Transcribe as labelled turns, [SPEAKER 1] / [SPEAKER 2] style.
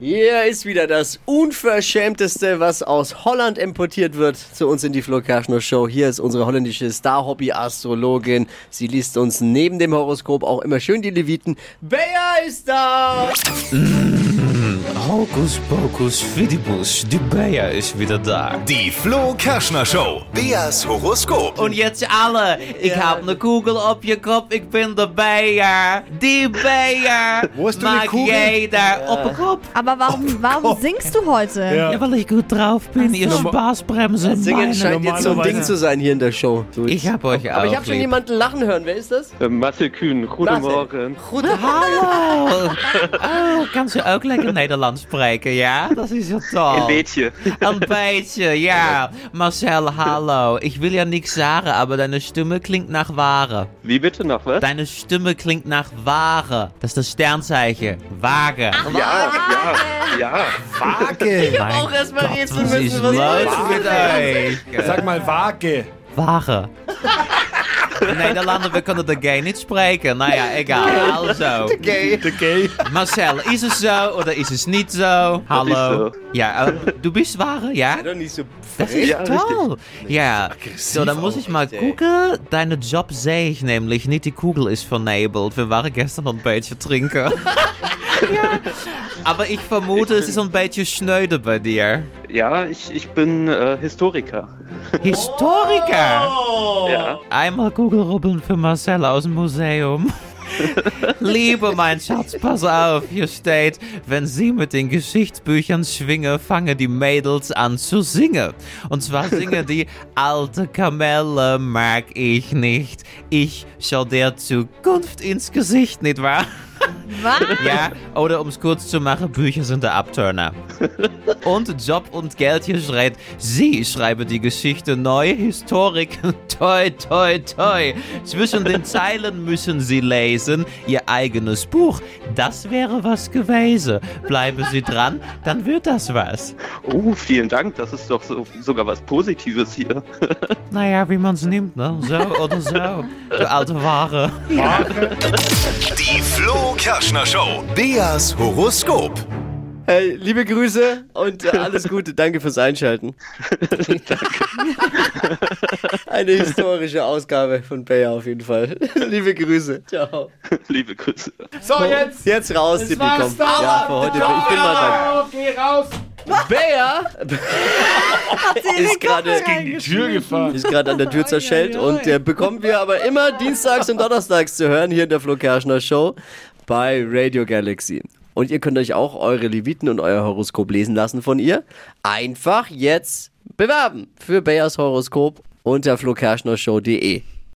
[SPEAKER 1] Hier ist wieder das Unverschämteste, was aus Holland importiert wird, zu uns in die Flo Kerschner Show. Hier ist unsere holländische Star-Hobby-Astrologin. Sie liest uns neben dem Horoskop auch immer schön die Leviten. Wer ist da?
[SPEAKER 2] Hocus pocus fidibus, die Bea is weer daar.
[SPEAKER 3] Die Flo Kerschner Show. Beas Horoskop.
[SPEAKER 4] Und jetzt alle. Ich hab ne Kugel op je kop. Ich bin der Bayer. Die Bayer.
[SPEAKER 5] Wo ist du
[SPEAKER 4] Mag
[SPEAKER 5] die Kugel?
[SPEAKER 4] jeder op de kop.
[SPEAKER 6] Aber warum, warum singst du heute?
[SPEAKER 5] Ja.
[SPEAKER 4] Ja, weil ich gut drauf bin. Ihr Spaßbremse.
[SPEAKER 1] Singen scheint jetzt so ein Ding zu sein hier in der Show.
[SPEAKER 4] Ich hab
[SPEAKER 5] Oh,
[SPEAKER 4] euch
[SPEAKER 1] Aber ich
[SPEAKER 4] auch
[SPEAKER 1] habe schon
[SPEAKER 4] lieb.
[SPEAKER 1] jemanden lachen hören. Wer ist das?
[SPEAKER 7] Eh, Marcel Kuhn, goedemorgen.
[SPEAKER 1] Guten
[SPEAKER 4] Hallo. Oh, kan ze ook lekker Nederlands spreken, ja? Dat is zo tof.
[SPEAKER 7] Een beetje.
[SPEAKER 4] Een beetje, ja. Marcel, hallo. Ich will ja nichts sagen, aber deine Stimme klingt nach Ware.
[SPEAKER 7] Wie bitte noch, was?
[SPEAKER 4] Deine Stimme klingt nach Ware. Das ist das Sternzeichen. Waage.
[SPEAKER 7] Ja, ja, ja.
[SPEAKER 5] Wake.
[SPEAKER 4] Mein
[SPEAKER 1] auch erst mal
[SPEAKER 4] Gott,
[SPEAKER 1] rätseln
[SPEAKER 4] was
[SPEAKER 1] müssen,
[SPEAKER 4] ist
[SPEAKER 1] was
[SPEAKER 4] los mit euch?
[SPEAKER 5] Sag mal Wake.
[SPEAKER 4] Wagen. Nederlander, we kunnen de gay niet spreken. Nou ja, egal. Also.
[SPEAKER 5] De gay.
[SPEAKER 4] Marcel, is het zo of is het niet zo? Hallo.
[SPEAKER 7] zo.
[SPEAKER 4] Ja, äh, du bist Ware, ja?
[SPEAKER 1] nicht so
[SPEAKER 4] Das ist
[SPEAKER 7] Ja,
[SPEAKER 4] toll. Ja, so, dann muss ich mal gucken. Deine Job sehe ich nämlich. Nicht die Kugel ist vernebelt. Wir waren gestern noch ein bisschen Trinker. ja. Aber ich vermute, es ist ein bisschen schnöde bei dir.
[SPEAKER 7] Ja, ich, ich bin äh, Historiker.
[SPEAKER 4] Historiker!
[SPEAKER 7] Ja.
[SPEAKER 4] Einmal Kugelrubbeln für Marcel aus dem Museum. Liebe mein Schatz, pass auf, hier steht, wenn sie mit den Geschichtsbüchern schwinge, fange die Mädels an zu singen. Und zwar singen die alte Kamelle mag ich nicht. Ich schau der Zukunft ins Gesicht, nicht wahr?
[SPEAKER 6] Was?
[SPEAKER 4] Ja, oder um es kurz zu machen, Bücher sind der Abturner. Und Job und Geld hier schreit, sie schreibe die Geschichte neu, Historik, toi, toi, toi. Zwischen den Zeilen müssen sie lesen, ihr eigenes Buch. Das wäre was gewesen. Bleibe sie dran, dann wird das was.
[SPEAKER 7] Oh, vielen Dank. Das ist doch so, sogar was Positives hier.
[SPEAKER 4] Naja, wie man es nimmt, ne? So oder so. Du alte Ware.
[SPEAKER 3] Die Flo Kerschner Show. Beas Horoskop.
[SPEAKER 1] Hey, liebe Grüße und äh, alles Gute. Danke fürs Einschalten. Eine historische Ausgabe von Bayer auf jeden Fall. liebe Grüße. Ciao.
[SPEAKER 7] Liebe Grüße.
[SPEAKER 5] So, jetzt.
[SPEAKER 1] Jetzt raus, Tippi, komm. Ja, für heute. Ich bin mal
[SPEAKER 5] Geh raus.
[SPEAKER 1] dran. Bayer ist gerade
[SPEAKER 5] Die Tür gefahren.
[SPEAKER 1] ist gerade an der Tür zerschellt und äh, bekommen wir aber immer dienstags und donnerstags zu hören hier in der Flo Kerschner Show bei Radio Galaxy. Und ihr könnt euch auch eure Leviten und euer Horoskop lesen lassen von ihr. Einfach jetzt bewerben für Bayers Horoskop unter flokerschnershow.de.